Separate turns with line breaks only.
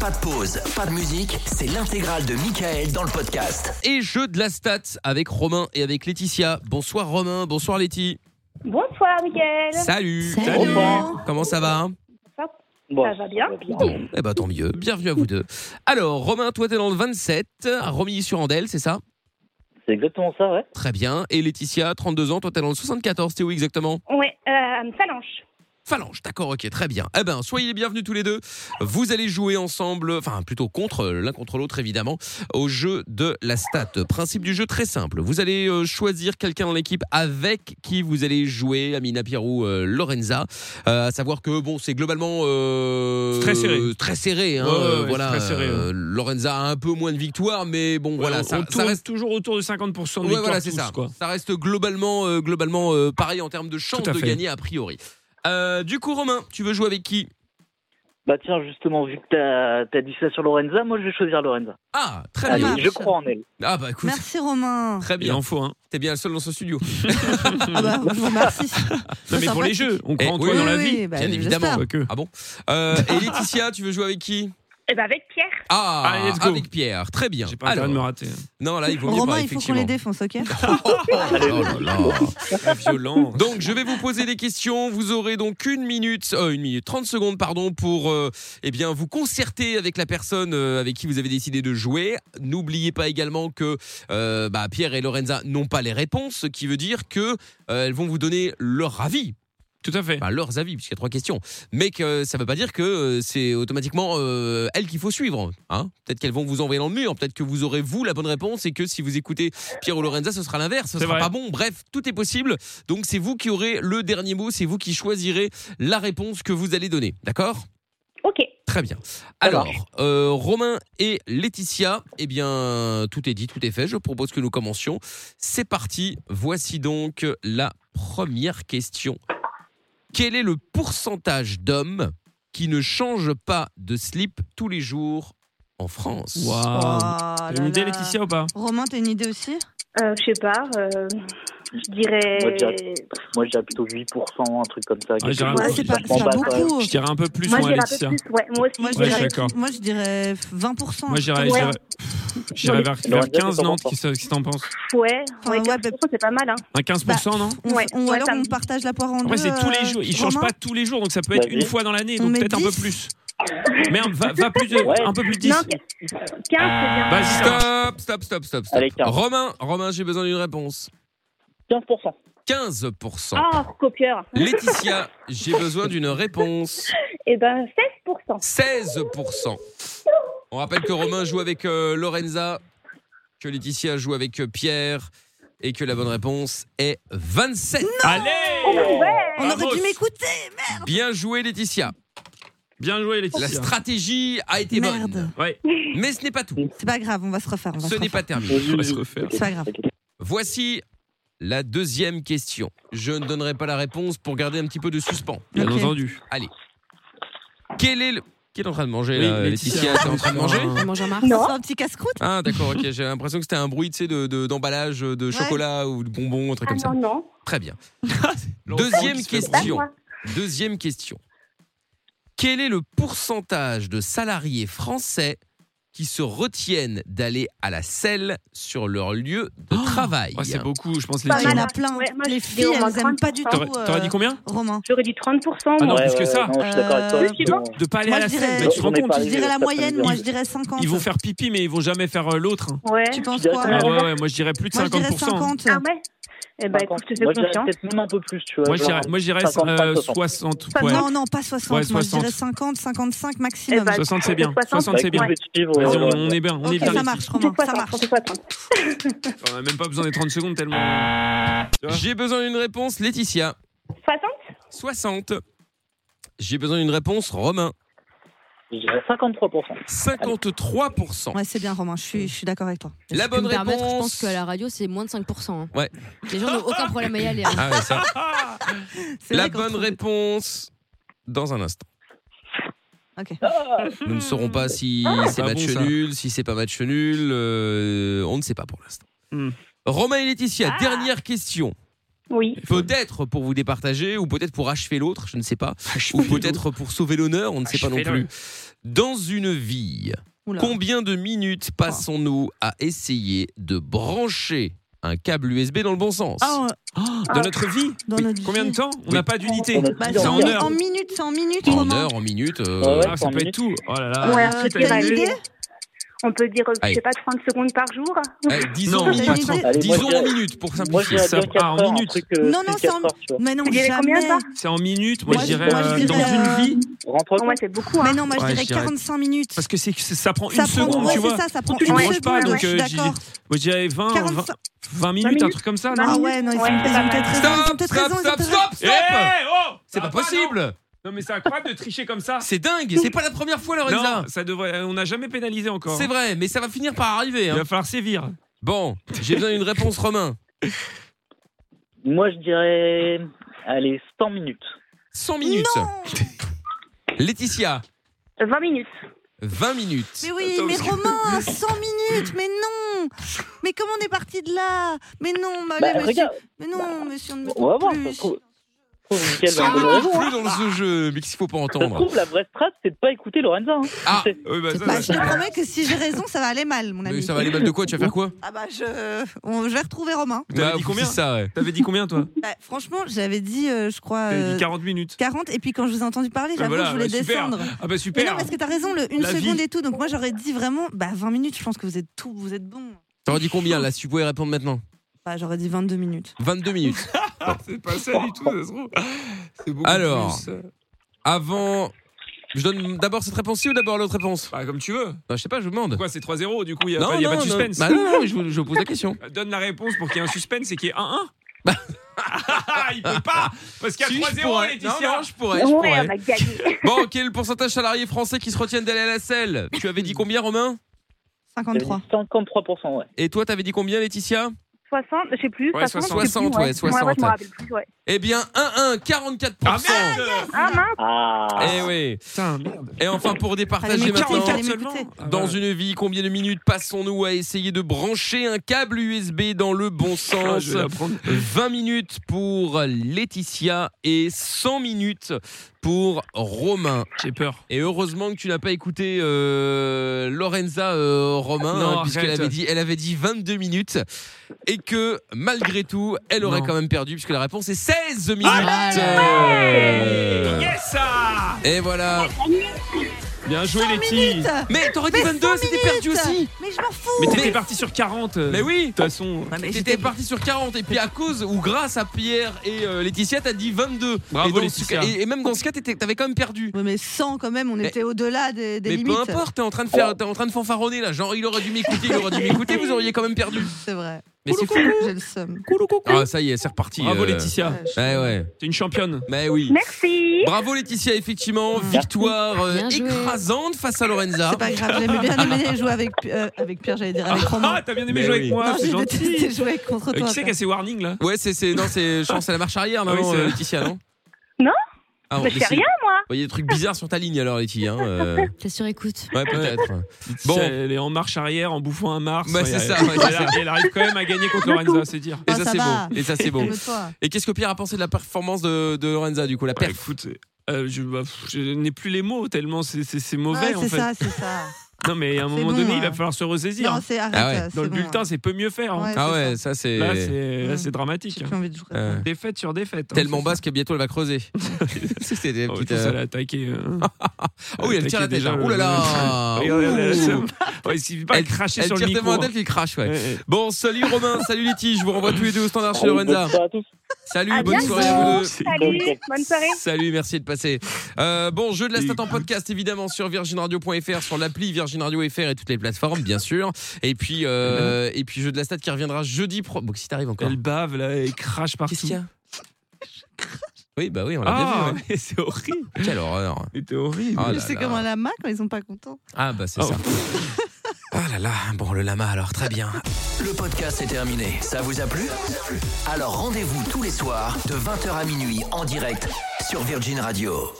Pas de pause, pas de musique, c'est l'intégrale de Michael dans le podcast.
et jeu de la stat avec Romain et avec Laetitia. Bonsoir Romain, bonsoir Laetitia.
Bonsoir, Mickaël.
Salut.
Salut.
Comment ça va
Ça va bien
Bon, eh ben tant mieux. Bienvenue à vous deux. Alors Romain, toi t'es dans le 27, à Romilly-sur-Andelle, c'est ça
C'est exactement ça, ouais.
Très bien. Et Laetitia, 32 ans, toi t'es dans le 74, t'es où exactement
Ouais, euh, Salanche.
Phalange, d'accord, ok, très bien. Eh ben, soyez les bienvenus tous les deux. Vous allez jouer ensemble, enfin plutôt contre euh, l'un contre l'autre évidemment, au jeu de la stat. Principe du jeu très simple. Vous allez euh, choisir quelqu'un dans l'équipe avec qui vous allez jouer, Amina Pirou, euh, Lorenza. Euh, à savoir que bon, c'est globalement euh,
Très serré.
très serré. hein,
Ouais, ouais, ouais,
euh,
c'est
voilà,
très serré, ouais.
euh, Lorenza a un peu moins de victoires, mais bon, voilà,
on,
ça,
on
ça
tourne
reste.
toujours autour de 50% de victoire.
Ouais, voilà, c'est
tous,
ça.
quoi.
Ça reste globalement, euh, globalement euh, pareil en termes de chance
Tout à
de
fait.
gagner a priori. Euh, du coup, Romain, tu veux jouer avec qui
Bah tiens, justement, vu que t'as as dit ça sur Lorenza, moi je vais choisir Lorenza.
Ah, très
Allez,
bien.
marche.
je crois en elle.
Ah bah écoute,
Merci Romain.
très
Il
bien.
en faut hein. un.
T'es bien le seul dans ce studio.
Ah bah, je vous remercie.
Non, mais pour les jeux, on croit en toi
Eh oui,
dans
oui,
la
oui,
vie.
bah,
Bien
oui,
évidemment.
j'espère.
Pas que.
Ah bon Euh, Et Laetitia, tu veux jouer avec qui
Eh ben, avec Pierre.
Ah,
Allez, let's go.
avec Pierre. Très bien.
J'ai pas intérêt de me
Alors,
rater. hein.
non, là, il vaut mieux
Romain,
pas,
il faut qu'on les défonce, ok
effectivement. Oh là là.
violent.
Donc, je vais vous poser des questions. Vous aurez donc une minute, euh, une minute, 30 secondes, pardon, pour euh, eh bien, vous concerter avec la personne euh, avec qui vous avez décidé de jouer. N'oubliez pas également que euh, bah, Pierre et Lorenza n'ont pas les réponses, ce qui veut dire que euh, elles vont vous donner leur avis.
Tout à fait.
Enfin, leurs avis, puisqu'il y a trois questions. Mais que ça ne veut pas dire que euh, c'est automatiquement euh, elles qu'il faut suivre. hein. peut-être qu'elles vont vous envoyer dans le mur, peut-être que vous aurez vous la bonne réponse et que si vous écoutez Pierre ou Lorenza, ce sera l'inverse, ce
C'est
sera
vrai.
pas bon. Bref, tout est possible. Donc c'est vous qui aurez le dernier mot, c'est vous qui choisirez la réponse que vous allez donner. D'accord
Ok.
Très bien.
marche.
Alors, euh, Romain et Laetitia, eh bien, tout est dit, tout est fait. Je propose que nous commencions. C'est parti. Voici donc la première question. Quel est le pourcentage d'hommes qui ne changent pas de slip tous les jours en France
Waouh.
T'as
T'as une idée, Laetitia, ou pas
Romain, t'as une idée aussi
Euh, je sais pas. euh, je dirais.
Moi, j'ai- Moi je dirais plutôt 8%, un truc comme ça. quelque
je
chose
dirais un
Ouais,
peu
c'est
qui
pas,
se
c'est
prend
pas
pas, quoi.
beaucoup.
Je dirais un peu plus,
Moi, je
moi,
dirais un
Laetitia.
peu plus. Ouais, moi aussi.
Moi, je
Ouais,
dirais,
d'accord.
moi, je dirais 20%.
Moi, j'irais
Ouais.
j'irais- j'irais vers, vers
Lorenza,
15
qu'est-ce que
Nantes.
t'en
Qu'est-ce que t'en penses
Ouais,
Enfin,
ouais,
ouais, bah,
15%, c'est pas mal. Hein.
Un 15%, non
On-
Ouais,
on- Ou
ouais,
alors,
ça me-
on partage la poire en deux.
Après, c'est tous les
euh,
jours. Ils changent
Romain
pas tous les jours, donc ça peut être
Vas-y.
une fois dans l'année,
On
donc
met
peut-être un peu
10.
plus. Mais un- va, va plus de,
Ouais.
un peu plus de 10.
Non, 15, c'est bien.
Ah.
Vas-y, ça.
Stop, stop, stop, stop. stop.
Allez, 15.
Romain, Romain, j'ai besoin d'une réponse.
15%.
15%.
Ah, copieur.
Laetitia, j'ai besoin d'une réponse.
Eh ben, 16%.
16%. On rappelle que Romain joue avec euh, Lorenza, que Laetitia joue avec euh, Pierre et que la bonne réponse est 27.
Oh.
Allez
On aurait
Vamos.
dû m'écouter
Ah, Bien joué Laetitia.
Bien joué,
La
Laetitia.
stratégie a été bonne.
Merde.
Ouais,
Mais ce n'est pas tout.
C'est pas grave, on va se refaire. on va
Ce
se
n'est pas
refaire.
terminé.
on va se refaire. Ah
C'est pas grave.
Voici la deuxième question. Je ne donnerai pas la réponse pour garder un petit peu de suspens.
Bien
Ok.
entendu.
Quel est le... Qui est en train de manger
Oui,
là, Laetitia, t'es en train de manger
Un-
Ça
Non.
sera un petit casse-croûte
Ah d'accord, ok. J'ai l'impression que c'était un bruit, tu sais, de- de- d'emballage euh, de,
Ouais.
chocolat ou de bonbons, un truc
Ah
comme ça.
non, non.
Très bien.
L'enfant
Deuxième
qui se fait
question.
Pas
Dion.
moi.
Deuxième question. Quel est le pourcentage de salariés français qui se retiennent d'aller à la selle sur leur lieu de travail
Oh, Ouais, c'est beaucoup, je pense,
Il
Pas
y en
Laetitia.
a
mal.
plein.
Ouais, moi,
les
je
filles,
dis au moins
elles aiment pas du tout.
30%.
T'aurais t'aurais dit
euh,
combien
Romain.
J'aurais dit 30%,
Ah non,
moi.
plus que ça.
Non, je suis d'accord avec toi.
Euh,
effectivement.
De pas aller
Moi,
à la
je dirais-
scène, mais tu te rends
On est
compte
pas
Je
arrivé,
dirais
là,
la
ça fait
moyenne, moi je
bizarre.
dirais 50.
Ils vont faire pipi, mais ils vont jamais faire euh, l'autre.
Ouais.
Tu penses
Je suis
quoi
Ouais,
d'accord.
ouais, ouais, moi je dirais plus de
Moi je
50%.
dirais 50.
Ah ouais Eh ben, écoute, je te fais
Moi je dirais
confiance.
peut-être même un peu plus, tu vois.
Moi je
genre, Bah,
dirais, moi, je dirais
55,
euh,
60.
60.
Pas
ouais.
Non, non, pas 60. Moi je
60.
dirais 50, 55
Eh
maximum.
ben,
60, c'est bien.
60,
60, c'est
Bah, écoute,
bien.
je vais te suivre,
Vas-y, on,
Lorenza.
on est bien. On est
Ok,
bien.
ça
Laetitia.
marche, Romain,
C'est
ça
60,
marche.
c'est 60.
On a même pas besoin des 30 secondes tellement. hein.
J'ai besoin d'une réponse, Laetitia.
60
60. J'ai besoin d'une réponse, Romain.
Je dirais 53%.
53%.
Ouais, c'est bien, Romain, je suis, je suis d'accord avec toi.
La
Si je peux
bonne
me permettre, Je pense
réponse.
qu'à la radio, c'est moins de 5%. hein.
Ouais.
Les gens n'ont aucun problème à y aller. hein.
Ah ouais, ça.
C'est
La
vrai qu'on
bonne
trouve-
réponse dans un instant.
Ok. Ah
Nous ne saurons pas si c'est
pas
match
bon, ça.
nul, si c'est pas match nul. euh, on ne sait pas pour l'instant.
Hmm.
Ah
Romain et Laetitia, dernière question.
Oui.
Peut-être pour vous départager, ou peut-être pour achever l'autre, je ne sais pas. Ou peut-être pour sauver l'honneur, on ne sait pas non
Achevez-le.
plus. Dans une vie,
Oula.
combien de minutes passons-nous à essayer de brancher un câble USB dans le bon sens
Ah,
Dans notre vie
dans notre vie.
Combien de temps On
Oui.
n'a pas d'unité.
On a-
Bah,
C'est
c'est
en heure.
En minutes, c'est en minutes,
En
Romain.
heure, en minutes euh,
Ouais, ouais.
Ah, ça peut être tout. Oh là là.
Ouais,
Euh,
c'est
t'as
pas
une
une
idée
On peut dire,
Allez.
je sais pas, 30 secondes par jour.
eh, disons
Non,
minutes,
pas trente.
Allez, moi,
disons
je-
en minutes pour
Moi,
simplifier.
je dirais
ça.
bien quatre
Ah, en
heures, un
minutes.
truc, euh,
Non,
c'est
non,
quatre
c'est en-
heures, tu vois.
Mais non,
Vous direz combien,
jamais.
ça
C'est en minutes, moi,
Moi,
je
je-
dirais
moi, je
euh,
dirais,
dans
euh,
une vie.
Rentre
Pour moi, c'est beaucoup. Hein.
Mais non, moi je
Ouais,
dirais
je dirais-
45 minutes.
Parce que c'est- c'est- ça prend une
ça prend,
seconde,
ouais,
tu
c'est
vois.
ça, ça prend
Tu
une
manges
seconde,
pas, donc,
ouais,
euh,
je suis
j'y-
d'accord.
Moi, je dirais 20,
45
20, 20 minutes, un
minutes.
truc comme ça, non
Ah ouais, non, ils sont-
Ouais,
ils
c'est
ont
pas
peut-être raison, ils ont
Stop,
peut-être
stop,
raison, ils ont
stop,
peut-être raison.
stop,
Eh,
stop
oh
C'est pas
Ça va non
possible
Non, mais c'est incroyable de tricher comme ça.
C'est dingue, c'est pas la première fois, Lorenza
Non, ça devrait. On n'a jamais pénalisé encore.
C'est vrai, mais ça va finir par arriver.
Il
hein.
va falloir sévir.
Bon, j'ai besoin d'une réponse, Romain.
Moi, je dirais. Allez, 100 minutes.
100 minutes.
Non
Laetitia,
20 minutes.
20 minutes.
Mais oui,
Attends,
mais
parce que-
Romain, 100 minutes, mais non Mais comment on est parti de là Mais non, bah,
Bah,
allez, monsieur,
regarde,
mais non, monsieur, on ne me
on va voir. Ça
plus.
se trouve, ça se trouve, Mickaël va me
100
donner raison,
minutes
hein.
plus dans ce jeu, mais qu'il faut pas
Ça se
entendre.
trouve, la vraie strat, c'est de pas écouter Lorenza. hein.
Ah,
Tu sais.
Oui, bah, ça,
Bah,
ça-
je te promets que si j'ai raison, ça va aller mal, mon
Mais
ami.
ça va aller mal de quoi Tu vas faire quoi
Ah bah, je, on- je vais retrouver Romain.
T'avais dit combien
c'est ça, ouais.
T'avais dit combien, toi
Bah, franchement, j'avais dit, euh, je crois,
T'avais
euh,
dit 40 minutes.
40, et puis quand je vous ai entendu parler, j'avoue
voilà,
que je voulais
bah, super.
descendre.
Ah bah
Mais
super
non, parce que t'as raison, le- une
La
seconde
vie.
et tout, donc moi j'aurais dit vraiment, bah 20 minutes, je pense que vous êtes tout, vous êtes bon.
T'aurais dit combien là si tu pouvais répondre maintenant
Bah, j'aurais dit 22 minutes.
22 minutes.
Ah, c'est pas ça du tout, ça se trouve. C'est beaucoup
Alors.
plus, euh,
Avant. Je donne d'abord cette réponse-ci ou d'abord l'autre réponse
bah, comme tu veux.
Non, Je sais pas, je vous demande.
Quoi, c'est 3-0, du coup, il n'y a, pas- y a pas de suspense.
Bah, non, non, je, vous- je vous pose la question.
Bah, Donne la réponse pour qu'il y ait un suspense et qu'il y ait 1-1. il peut pas Parce qu'il
Bah. Si, je
y a 3-0,
pourrais.
Laetitia
Non, non, je pourrais, je
ouais, on
pourrais.
va gagner.
Bon, quel est le pourcentage salarié français qui se retiennent d'aller à la selle Tu avais dit combien, Romain
53.
53%, ouais.
Et toi, t'avais dit combien, Laetitia
60, je sais plus.
Ouais,
60,
60, ouais,
je sais plus, Ouais, ouais, je
60.
me rappelle plus, ouais.
Eh bien, 1-1, 44%.
Ah merde
Ah mince,
Ah
Eh oui.
Putain, merde
Et enfin, pour
Allez,
départager
mais
maintenant.
44
Dans une vie, combien de minutes passons-nous à essayer de brancher un câble USB dans le bon
Ah,
sens
je vais la prendre.
20 minutes pour Laetitia et 100 minutes pour Romain.
J'ai peur.
Et heureusement que tu n'as pas écouté euh, Lorenza euh, Romain,
Non,
hein, puisqu'elle
arrête.
avait dit, elle avait dit 22 minutes et que malgré tout, elle aurait
Non.
quand même perdu puisque la réponse est 16 minutes.
là là.
Euh,
Yes
Et voilà.
Bien joué, Letty
Mais t'aurais dit
Mais
22,
100
c'était perdu
minutes.
aussi.
Mais je m'en fous
Mais
Mais-
t'étais parti sur Ah. 40
Mais oui.
De toute façon,
Ouais, mais
T'étais
j'étais-
parti sur 40 et puis à cause ou grâce à Pierre et euh, Laetitia, t'as dit 22.
Bravo,
et, dans ce
Laetitia.
cas- et, et même dans ce cas, t'étais- t'avais quand même perdu.
Ouais, mais 100 quand même, on était au-delà des, des
mais
limites.
peu importe, t'es en train de faire, t'es en train de fanfaronner là. Genre, il aurait dû m'écouter, il aurait dû m'écouter, vous auriez quand même perdu.
C'est vrai.
Mais c'est fou.
J'ai le seum.
Ah ça y est, c'est reparti.
bravo
euh.
Laetitia
Ouais, je-
Ouais ouais.
T'es une championne
Mais oui.
merci.
Bravo Laetitia, effectivement, victoire euh,
Bien joué.
écrasante face à Lorenza.
C'est pas grave, j'aimais bien aimé jouer avec, euh, avec Pierre, j'allais dire, avec Romain.
Ah, t'as bien aimé
Mais
jouer
oui.
avec moi,
non,
c'est
j'ai
gentil
détesté jouer contre
Euh,
toi.
Qui c'est qui a
après.
ces warnings là
Ouais, c'est c'est non, c'est je pense à la marche arrière là,
Ah oui,
non,
c'est-
euh, Laetitia, non
Non.
Ah,
Mais je fais rien, moi.
Il y a des trucs bizarres sur ta ligne alors Laetitia. hein, euh.
T'es sur écoute.
Ouais, peut-être.
Bon.
Bon.
Elle est en marche arrière, en bouffant un Mars.
Bah,
Ouais,
c'est
elle-
ça, ouais, c'est
elle, elle arrive quand même à gagner contre Lorenza, c'est dire.
Et
Ah,
ça,
ça
c'est
va.
beau. Et ça c'est beau.
Calme-toi.
Et qu'est-ce que Pierre a pensé de la performance de, de Lorenza du coup la
Ouais,
perf
écoute, euh, je, bah, pff, je n'ai plus les mots tellement c'est, c'est- c'est mauvais
Ouais,
en
c'est
fait.
ça, c'est ça.
Non, mais à un
C'est
moment
bon,
donné,
hein.
il va falloir se ressaisir. Hein.
Non, c'est arrête.
Ah ouais.
euh, c'est
Dans le
bon,
bulletin,
ouais.
c'est peu mieux faire. hein.
Ouais,
Ah
c'est
ouais, ça
ça.
c'est
Là, c'est, là,
Mm.
c'est dramatique. hein.
J'ai plus envie de jouer.
Euh,
Défaite sur défaite. hein.
tellement basse que bientôt elle va creuser. C'était des
Oh,
petites,
tout ça
euh,
l'a attaqué. hein.
Oh, oui, elle tire la
attaqué
tête.
déjà,
hein.
le-
Oh là là.
Regarde, elle a la
Ouh.
seum. Ouais, Il suffit pas de cracher
Elle
sur le
tire
micro.
tellement la tête qu'elle crache, ouais.
hein. Ouais, ouais.
Bon, salut Romain, salut Letty, je vous renvoie tous les deux au standard chez
Allez, bonne
Lorenza.
soirée à tous.
Salut,
À
bonne
bientôt.
soirée à vous deux.
Salut, bonne soirée.
Salut, merci de passer. Euh, bon, jeu de la stat en podcast évidemment sur virginradio.fr, sur l'appli Virgin Radio FR et toutes les plateformes bien sûr. Et puis euh, et puis jeu de la stat qui reviendra jeudi pro. Bon, si t'arrives encore.
Elle bave là, elle crache partout.
Qu'est-ce qu'il y a Oui, bah oui, on l'a bien
Ah,
vu. ouais.
mais c'est horrible.
Quelle horreur.
C'était horrible.
Ah là
c'est
là.
comme un lama quand ils sont pas contents.
Ah bah c'est
Oh.
ça. Ah là là, bon le lama alors, très bien.
Le podcast est terminé. Ça vous a plu Alors rendez-vous tous les soirs de 20h à minuit en direct sur Virgin Radio.